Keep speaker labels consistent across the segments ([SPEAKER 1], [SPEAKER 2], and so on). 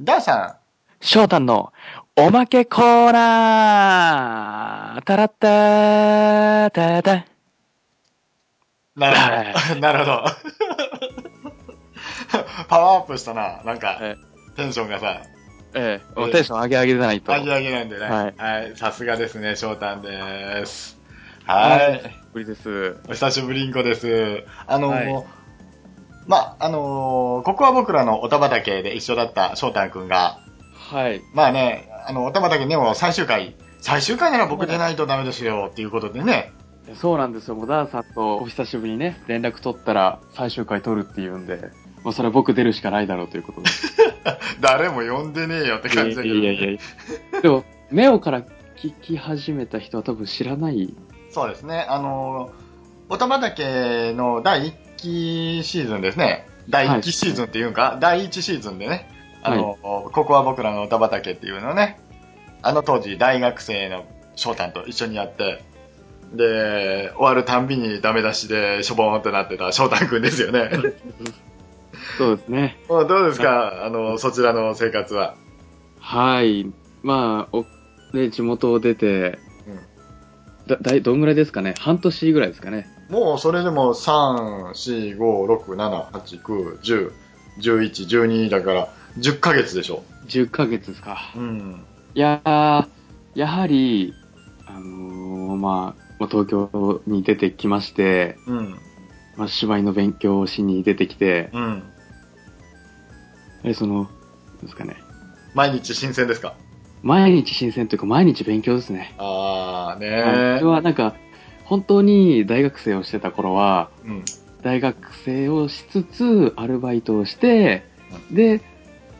[SPEAKER 1] ダーさ
[SPEAKER 2] 翔太のおまけコーナーたらったーたた
[SPEAKER 1] ん。なるほど。なるほど。パワーアップしたな。なんか
[SPEAKER 2] え、
[SPEAKER 1] テンションがさ、
[SPEAKER 2] ええ、もうテンション上げ上げでないと。
[SPEAKER 1] 上げ上げなんでね。
[SPEAKER 2] は
[SPEAKER 1] はい
[SPEAKER 2] い。
[SPEAKER 1] さすがですね、翔太です。はい。
[SPEAKER 2] 無理です。
[SPEAKER 1] お久しぶりんこです。あのー
[SPEAKER 2] は
[SPEAKER 1] まあ、あのーここは僕らのおたばたけで一緒だった翔太くんが、
[SPEAKER 2] はい。
[SPEAKER 1] まあね、あの、おたまたけね、もう最終回、最終回なら僕出ないとダメですよ、っていうことでね。
[SPEAKER 2] そうなんですよ。もうダーさんとお久しぶりにね、連絡取ったら最終回取るって言うんで、もうそれは僕出るしかないだろうという ことで。
[SPEAKER 1] 誰も呼んでねえよって感じだけど、
[SPEAKER 2] いやいやいや。でも、ネオから聞き始めた人は多分知らない。
[SPEAKER 1] そうですね、あの、おたまたけの第1期シーズンですね。第1期シーズンっていうんか、第1シーズンでね、あの、ここは僕らのおたまたけっていうのをね、あの当時大学生の翔太と一緒にやって、で、終わるたんびにダメ出しでしょぼーんってなってた翔太くんですよね。
[SPEAKER 2] そうですね。
[SPEAKER 1] もう どうですか、あの、そちらの生活は。
[SPEAKER 2] はい。まあ、おね、地元を出て、だだいどんぐらいですかね半年ぐらいですかね。
[SPEAKER 1] もうそれでも3、4、5、6、7、8、9、10、11、12だから10ヶ月でしょ。
[SPEAKER 2] 10ヶ月ですか。
[SPEAKER 1] うん。
[SPEAKER 2] いやー、やはり、あのーまあ、まあ東京に出てきまして、
[SPEAKER 1] うん。
[SPEAKER 2] まあ、芝居の勉強をしに出てきて、
[SPEAKER 1] うん。
[SPEAKER 2] えその、なんですかね、
[SPEAKER 1] 毎日新鮮ですか
[SPEAKER 2] 毎日新鮮というか、毎日勉強ですね。
[SPEAKER 1] あーね
[SPEAKER 2] はいそれはなんか、本当に大学生をしてた頃は、
[SPEAKER 1] うん。
[SPEAKER 2] 大学生をしつつ、アルバイトをして、で、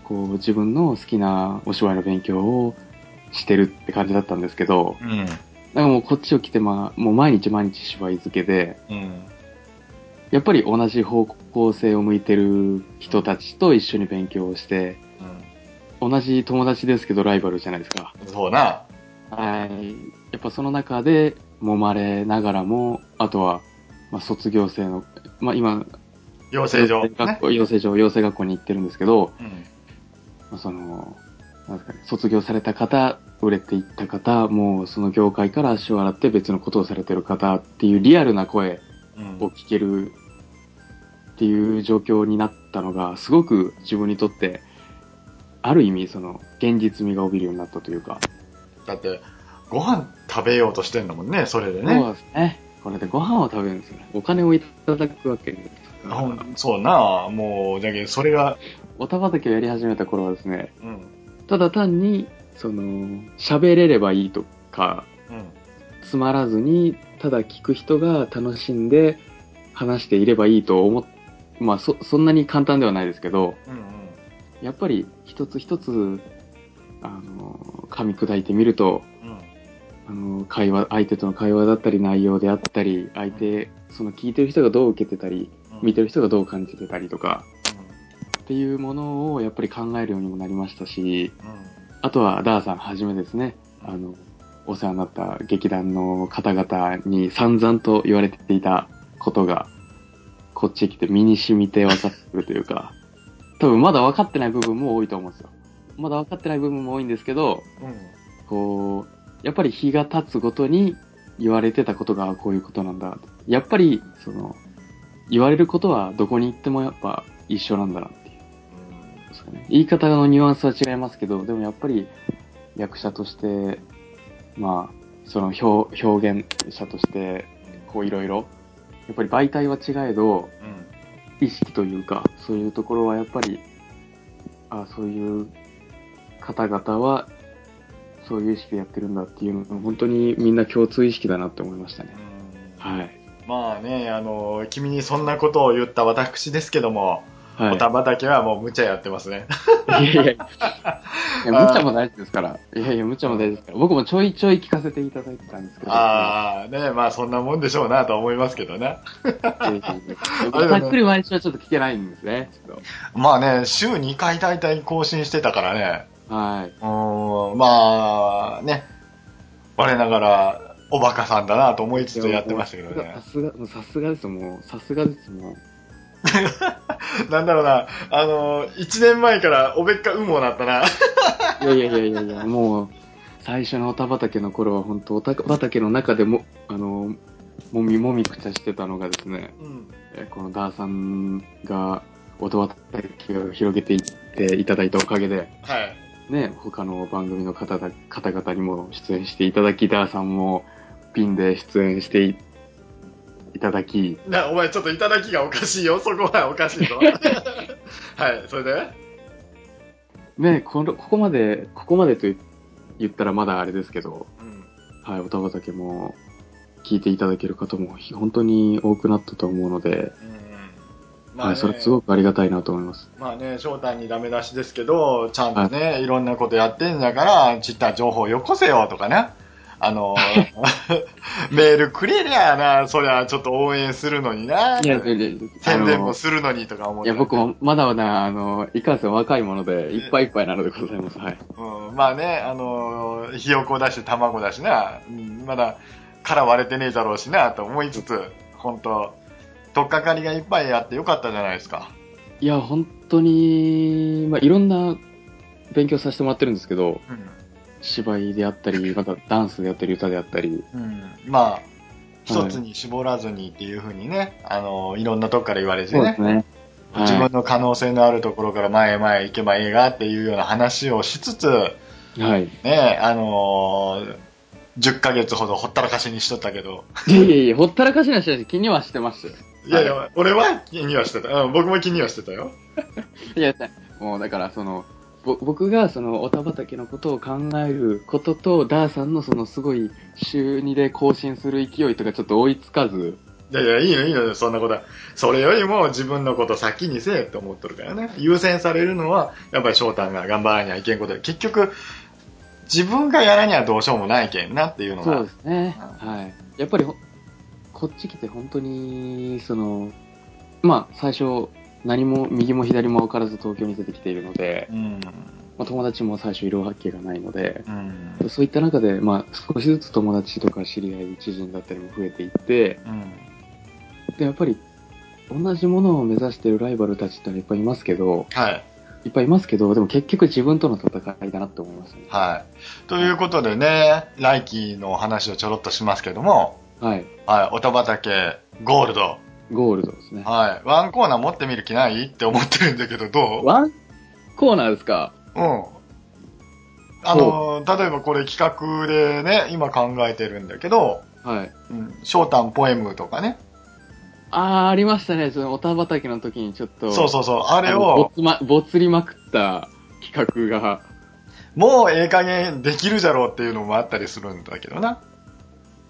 [SPEAKER 2] こう、自分の好きなお芝居の勉強をしてるって感じだったんですけど、
[SPEAKER 1] うん。
[SPEAKER 2] なんかもうこっちを来て、まあ、もう毎日毎日芝居漬けで、
[SPEAKER 1] うん。
[SPEAKER 2] やっぱり同じ方向性を向いてる人たちと一緒に勉強をして、同じ友達ですけどライバルじゃないですか。
[SPEAKER 1] うん。そうな。
[SPEAKER 2] はい。やっぱその中で揉まれながらも、あとは、まあ、卒業生の、まあ、今、
[SPEAKER 1] 養成所。
[SPEAKER 2] 学
[SPEAKER 1] ね。
[SPEAKER 2] 校、養成所、養成学校に行ってるんですけど、
[SPEAKER 1] うん。
[SPEAKER 2] まあその、なんですかね、卒業された方、売れていった方、もうその業界から足を洗って別のことをされてる方っていうリアルな声
[SPEAKER 1] うん
[SPEAKER 2] を聞けるっていう状況になったのが、すごく自分にとって、ある意味、その、現実味が帯びるようになったというか。
[SPEAKER 1] だって、ご飯食べようとしてんだもんね、それで
[SPEAKER 2] そう
[SPEAKER 1] ね。
[SPEAKER 2] ですね。これでご飯を食べるんですよね。お金をいただくわけですか
[SPEAKER 1] ほ
[SPEAKER 2] ら。
[SPEAKER 1] んそうな。もう、じゃけそれが、
[SPEAKER 2] おたばたけをやり始めた頃はですね、
[SPEAKER 1] うん。
[SPEAKER 2] ただ単に、その、喋れればいいとか、
[SPEAKER 1] うん。
[SPEAKER 2] つまらずに、ただ聞く人が楽しんで話していればいいと思っ、まあそ、そんなに簡単ではないですけど、
[SPEAKER 1] うんうん。
[SPEAKER 2] やっぱり一つ一つ、あの、噛み砕いてみると、
[SPEAKER 1] うん。
[SPEAKER 2] あの、会話、相手との会話だったり、内容であったり、相手、その聞いてる人がどう受けてたり、見てる人がどう感じてたりとか、っていうものをやっぱり考えるようにもなりましたし、
[SPEAKER 1] うん。うん
[SPEAKER 2] あとはダーさんはじめですね、あの、お世話になった劇団の方々に散々と言われていたことが、こっちへ来て身に染みて分かってくるというか、多分まだ分かってない部分も多いと思うんですよ。まだ分かってない部分も多いんですけど、
[SPEAKER 1] うん
[SPEAKER 2] こう、やっぱり日が経つごとに言われてたことがこういうことなんだ。やっぱり、その、言われることはどこに行ってもやっぱ一緒なんだなっていう。ですかね。言い方のニュアンスは違いますけど、でもやっぱり役者として、まあ、その表表現者として、こういろいろ、やっぱり媒体は違えど、
[SPEAKER 1] うん、
[SPEAKER 2] 意識というか、そういうところはやっぱり、あそういう方々は、そういう意識でやってるんだっていうのが、本当にみんな共通意識だなって思いましたね。はいい。
[SPEAKER 1] まあねあの君にそんなことを言った私ですけども、
[SPEAKER 2] はい
[SPEAKER 1] おたばだけはもう無茶やってますね
[SPEAKER 2] いやいやいや、いや無茶も大事ですから。いやいや、無茶も大事ですから。僕もちょいちょい聞かせていただいてたんですけど。
[SPEAKER 1] ああねまあそんなもんでしょうなと思いますけどね
[SPEAKER 2] いやいやいやざっくり毎週はちょっと聞けないんですね。ちょっ
[SPEAKER 1] まあね週2回大体更新してたからね
[SPEAKER 2] とはい。
[SPEAKER 1] うーんまあね我ながらおバカさんだなと思いつつやってましたけどね
[SPEAKER 2] さすが、もうさすがです、もう。さすがです、もう。
[SPEAKER 1] なんだろうな、あの、1年前からおべっかうもなったな。
[SPEAKER 2] いやいやいやいやいや、もう、最初のおた畑の頃は、本当おた畑の中でも、あの、もみもみくちゃしてたのがですね、
[SPEAKER 1] うん。
[SPEAKER 2] えこのダーさんが、おた畑を広げていっていただいたおかげで、
[SPEAKER 1] はい。
[SPEAKER 2] ね、他の番組の方だ方々にも出演していただき、ダーさんもピンで出演していいただき、
[SPEAKER 1] な、お前ちょっといただきがおかしいよ。そこはおかしい ぞ。はい、それで
[SPEAKER 2] ね、このここまで、ここまでと言言ったらまだあれですけど、
[SPEAKER 1] うん。
[SPEAKER 2] はい、おたばたけも聞いていただける方もひ本当に多くなったと思うので、
[SPEAKER 1] うん。
[SPEAKER 2] はい、それすごくありがたいなと思います。
[SPEAKER 1] まあね、正体にダメ出しですけど、ちゃんとね、い、ろんなことやってんだから、ちった情報よこせよとかね。あの、 メールくれりゃあな、そりゃちょっと応援するのにな。
[SPEAKER 2] いや、
[SPEAKER 1] 宣
[SPEAKER 2] で
[SPEAKER 1] 伝
[SPEAKER 2] あ
[SPEAKER 1] も
[SPEAKER 2] の
[SPEAKER 1] するのにとか思って。
[SPEAKER 2] いや、僕もまだまだ、あの、いかんせん若いもので、いっぱいいっぱいなのでございます。はい。
[SPEAKER 1] うん、まあね、あの、ひよこだし、卵だしな、うんまだ殻割れてねえだろうしな、と思いつつ、本当とっかかりがいっぱいあってよかったじゃないですか。
[SPEAKER 2] いや、本当に、まあ、いろんな勉強させてもらってるんですけど、芝居であった り、またダンスであったり、歌であったり、
[SPEAKER 1] うん。まあ、一つに絞らずにっていうふうにね、い、あの、いろんなとこから言われてね、
[SPEAKER 2] ね。
[SPEAKER 1] 自
[SPEAKER 2] は
[SPEAKER 1] 分の可能性のあるところから前へ前へ行けばいいがっていうような話をしつつ、
[SPEAKER 2] い。はい。
[SPEAKER 1] ね、あの10ヶ月ほどほったらかしにしとったけど、
[SPEAKER 2] いやいやいや、ほったらかしなしだし、気にはしてますよ。
[SPEAKER 1] いやいや、俺は気にはしてた。うん、僕も気にはしてたよ。
[SPEAKER 2] いや、もうだから、その、ぼ僕がその、おたばたけのことを考えることと、ダーさんのその、すごい、週2で更新する勢いとかちょっと追いつかず、
[SPEAKER 1] いやいや、いいのいいの、そんなことは。それよりも自分のこと先にせえって思っとるからね。優先されるのは、やっぱり翔太が頑張らにゃいけんことで、結局、自分がやらにゃどうしようもないけんなっていうの
[SPEAKER 2] そう
[SPEAKER 1] が
[SPEAKER 2] で。すね。
[SPEAKER 1] う
[SPEAKER 2] はい。やっぱりほ、こっち来て本当に、その、まあ、最初、何も右も左も分からず東京に出てきているので、
[SPEAKER 1] うん。
[SPEAKER 2] まあ、友達も最初色はっけがないので、
[SPEAKER 1] うん。
[SPEAKER 2] そういった中で、まあ、少しずつ友達とか知り合い、知人だったりも増えていって、
[SPEAKER 1] うん。
[SPEAKER 2] で、やっぱり、同じものを目指しているライバルたちってのはいっぱいいますけど、
[SPEAKER 1] はい。
[SPEAKER 2] いっぱいいますけど、でも結局自分との戦いだなって思いますね。
[SPEAKER 1] はい。ということでね、来期の話をちょろっとしますけども、
[SPEAKER 2] はい。
[SPEAKER 1] はい、おたばたけ、ゴールド。
[SPEAKER 2] ゴールドですね。
[SPEAKER 1] はい。ワンコーナー持ってみる気ないって思ってるんだけど、どう
[SPEAKER 2] ワンコーナーですか
[SPEAKER 1] うん。あの、例えばこれ企画でね、今考えてるんだけど、
[SPEAKER 2] はい。
[SPEAKER 1] うん、翔太のポエムとかね。
[SPEAKER 2] あー、ありましたね。その、おたばたけの時にちょっと。
[SPEAKER 1] そうそうそう。あ
[SPEAKER 2] あ
[SPEAKER 1] れ
[SPEAKER 2] のぼ
[SPEAKER 1] を、
[SPEAKER 2] つま、ぼつりまくった企画が、
[SPEAKER 1] もうええ加減できるじゃろうっていうのもあったりするんだけどな。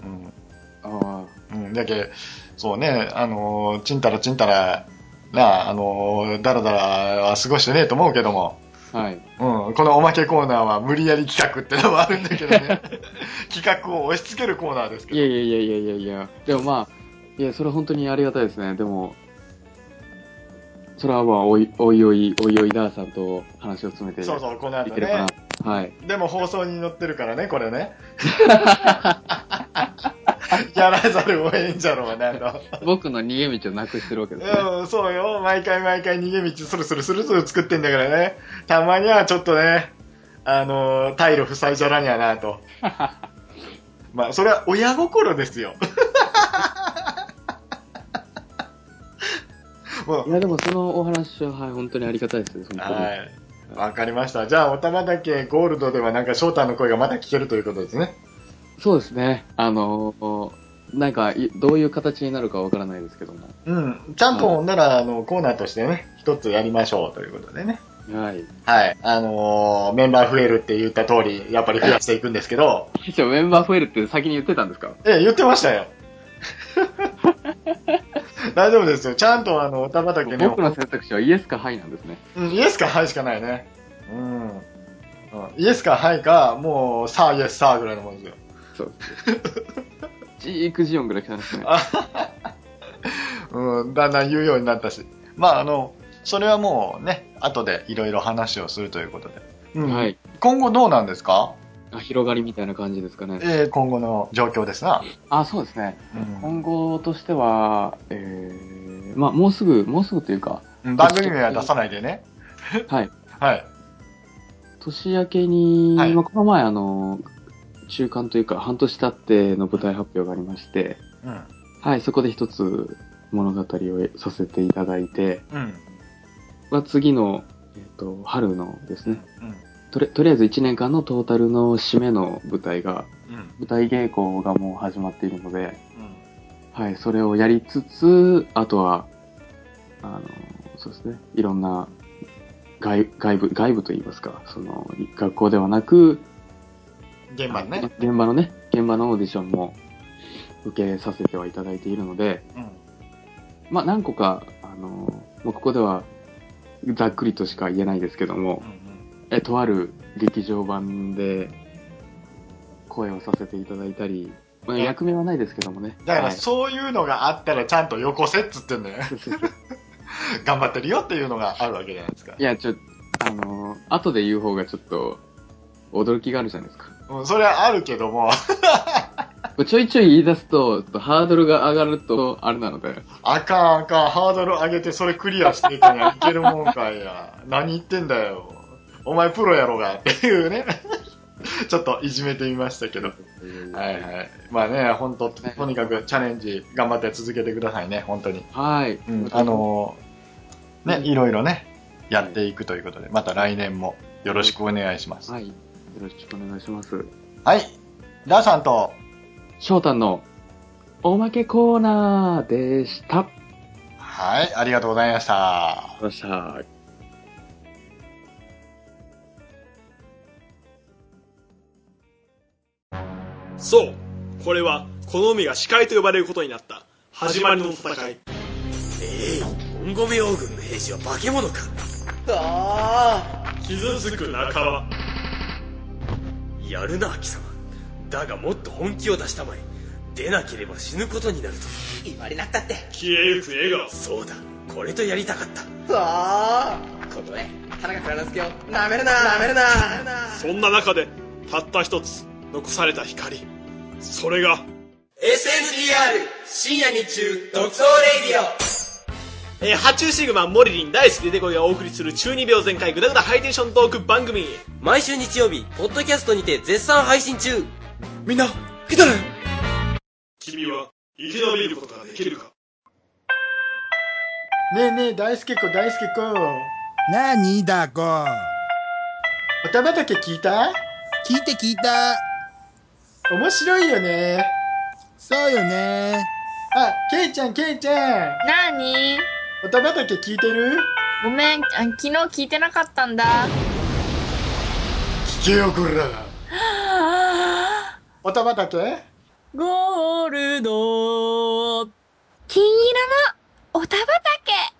[SPEAKER 1] うん。
[SPEAKER 2] あ
[SPEAKER 1] うん。だけそうね、あのー、ちんたらちんたら、なあ、あのー、だらだらは過ごしてねえと思うけども、
[SPEAKER 2] あ、はい。
[SPEAKER 1] うん、このおまけコーナーは無理やり企画ってのもあるんだけどね。企画を押し付けるコーナーですけ
[SPEAKER 2] い
[SPEAKER 1] ど。
[SPEAKER 2] やいやいやいやいやいや、でもまあ、いや、それは本当にありがたいですね。でも、それはまあ、おいおいおい、おいおいダーさんと話を詰めてい
[SPEAKER 1] そうそう、この後
[SPEAKER 2] ければ
[SPEAKER 1] ね
[SPEAKER 2] な。。はい。
[SPEAKER 1] でも放送に載ってるからね、これね。やらざるを得んじゃろうなと。
[SPEAKER 2] 僕の逃げ道をなくしてるわけですね。
[SPEAKER 1] うん、そうよ。毎回毎回逃げ道スルスルスルスル作ってんだからね。たまにはちょっとね、あのー、退路塞いじゃらにゃなと。まあ、それは親心ですよ。も
[SPEAKER 2] いうや、でもそのお話は、はい、本当にありがたいですね。本当に
[SPEAKER 1] はい。わかりました。じゃあ、おたまだけゴールドではなんか翔太の声がまだ聞けるということですね。
[SPEAKER 2] そうですね。あのなんかい、どういう形になるかわからないですけども。
[SPEAKER 1] うん。ちゃんと、ほんなら、あの、コーナーとしてね、一つやりましょうということでね。
[SPEAKER 2] はい。
[SPEAKER 1] はい。あのーメンバー増えるって言った通り、やっぱり増やしていくんですけど、
[SPEAKER 2] 師匠、メンバー増えるって先に言ってたんですか
[SPEAKER 1] ええ、言ってました よ。大丈夫ですよ。ちゃんと、あの、おたまたけね、
[SPEAKER 2] 僕の選択肢はイエスかハイなんですね。
[SPEAKER 1] うん、イエスかハイしかないね。うん。うんイエスかハイか、もう、さあイエスさあぐらいのもんですよ。
[SPEAKER 2] そうです。ジークジオンぐらい来たんですね。
[SPEAKER 1] うん、だんだん言うようになったし。まあ、あの、それはもうね、後でいろいろ話をするということで。うん。
[SPEAKER 2] はい。
[SPEAKER 1] 今後どうなんですか
[SPEAKER 2] あ広がりみたいな感じですかね。
[SPEAKER 1] えー今後の状況ですな。
[SPEAKER 2] あ、そうですね。
[SPEAKER 1] うん
[SPEAKER 2] 今後としては、えーえーまあ、もうすぐ、もうすぐというか、
[SPEAKER 1] うん番組名は出さないでね。
[SPEAKER 2] はい。
[SPEAKER 1] はい。
[SPEAKER 2] 年明けに、
[SPEAKER 1] はい
[SPEAKER 2] まあ、この前、あの、中間というか、半年経っての舞台発表がありまして、
[SPEAKER 1] うん。
[SPEAKER 2] はい、そこで一つ物語をさせていただいて、
[SPEAKER 1] うん。
[SPEAKER 2] は次の、えっ、と、春のです
[SPEAKER 1] うん
[SPEAKER 2] ね、。とりとりあえず1年間のトータルの締めの舞台が、
[SPEAKER 1] うん。うん。
[SPEAKER 2] 舞台稽古がもう始まっているので、はい、それをやりつつ、あとは、あの、そうですね、いろんな外外部、外部といいますか、その、学校ではなく、
[SPEAKER 1] 現場に
[SPEAKER 2] あ
[SPEAKER 1] ね。
[SPEAKER 2] 現場のね、現場のオーディションも受けさせてはいただいているので、
[SPEAKER 1] うん。
[SPEAKER 2] まあ、何個か、あの、まあ、ここでは、ざっくりとしか言えないですけども
[SPEAKER 1] う、ん
[SPEAKER 2] え、とある劇場版で、声をさせていただいたり、まあ、
[SPEAKER 1] え
[SPEAKER 2] 役名はないですけどもね。
[SPEAKER 1] だから、
[SPEAKER 2] はい
[SPEAKER 1] そういうのがあったら、ちゃんとよこせっつってんだよ。 頑張ってるよっていうのがあるわけじゃないですか
[SPEAKER 2] い。や、ちょ、あのー後で言う方がちょっと、驚きがあるじゃないですか。
[SPEAKER 1] うん、それはあるけども、
[SPEAKER 2] ちょいちょい言い出すと、ちょっとハードルが上がると、あれなので、
[SPEAKER 1] あかんあかん、ハードル上げてそれクリアしていかないいけるもんかいや。何言ってんだよ。お前プロやろがっていうね。 ちょっといじめてみましたけど。はいはい。まあね、本当とにかくチャレンジ頑張って続けてくださいね、本当に。
[SPEAKER 2] はい。
[SPEAKER 1] うん、あのー
[SPEAKER 2] うん
[SPEAKER 1] ね、いろいろね、やっていくということで、また来年もよろしくお願いします。
[SPEAKER 2] はい。よろしくお願いします。
[SPEAKER 1] はい。ダーさんと、
[SPEAKER 2] 翔太の、おまけコーナーでした。
[SPEAKER 1] はい、ありがとうございました。
[SPEAKER 2] よっしゃー。
[SPEAKER 3] そうこれはこの海が視界と呼ばれることになった始まりの戦い
[SPEAKER 4] ええ本米王軍の兵士は化け物か
[SPEAKER 3] 傷つく仲間
[SPEAKER 4] やるな貴様だがもっと本気を出したまえ出なければ死ぬことになると
[SPEAKER 5] 今になったって
[SPEAKER 3] 消えゆく笑顔
[SPEAKER 4] そうだこれとやりたかった
[SPEAKER 5] ああこのね花がからすけをなめるななめるな
[SPEAKER 3] そんな中でたった一つ残された光それが
[SPEAKER 4] SNDR 深夜日中独創レディオ
[SPEAKER 3] えー、ハチューシグマモリリン大好きででこいがお送りする中二病全開グダグダハイテンショントーク番組
[SPEAKER 4] 毎週日曜日ポッドキャストにて絶賛配信中みんな来たね
[SPEAKER 3] 君は生き延びることができるか
[SPEAKER 1] ねえねえ、大輔子、大輔子。
[SPEAKER 6] なにだこ
[SPEAKER 1] おたまだけ聞いた
[SPEAKER 6] 聞いて聞いた
[SPEAKER 1] 面白いよね。
[SPEAKER 6] そうよね
[SPEAKER 1] あ、ケイちゃん、ケイちゃん。
[SPEAKER 7] なーに
[SPEAKER 1] おたまだけ聞いてる
[SPEAKER 7] ごめん、あ昨日聞いてなかったんだ。
[SPEAKER 1] 聞けよ、こら。おたまだけ
[SPEAKER 7] ゴールド、金色のおたばたけ。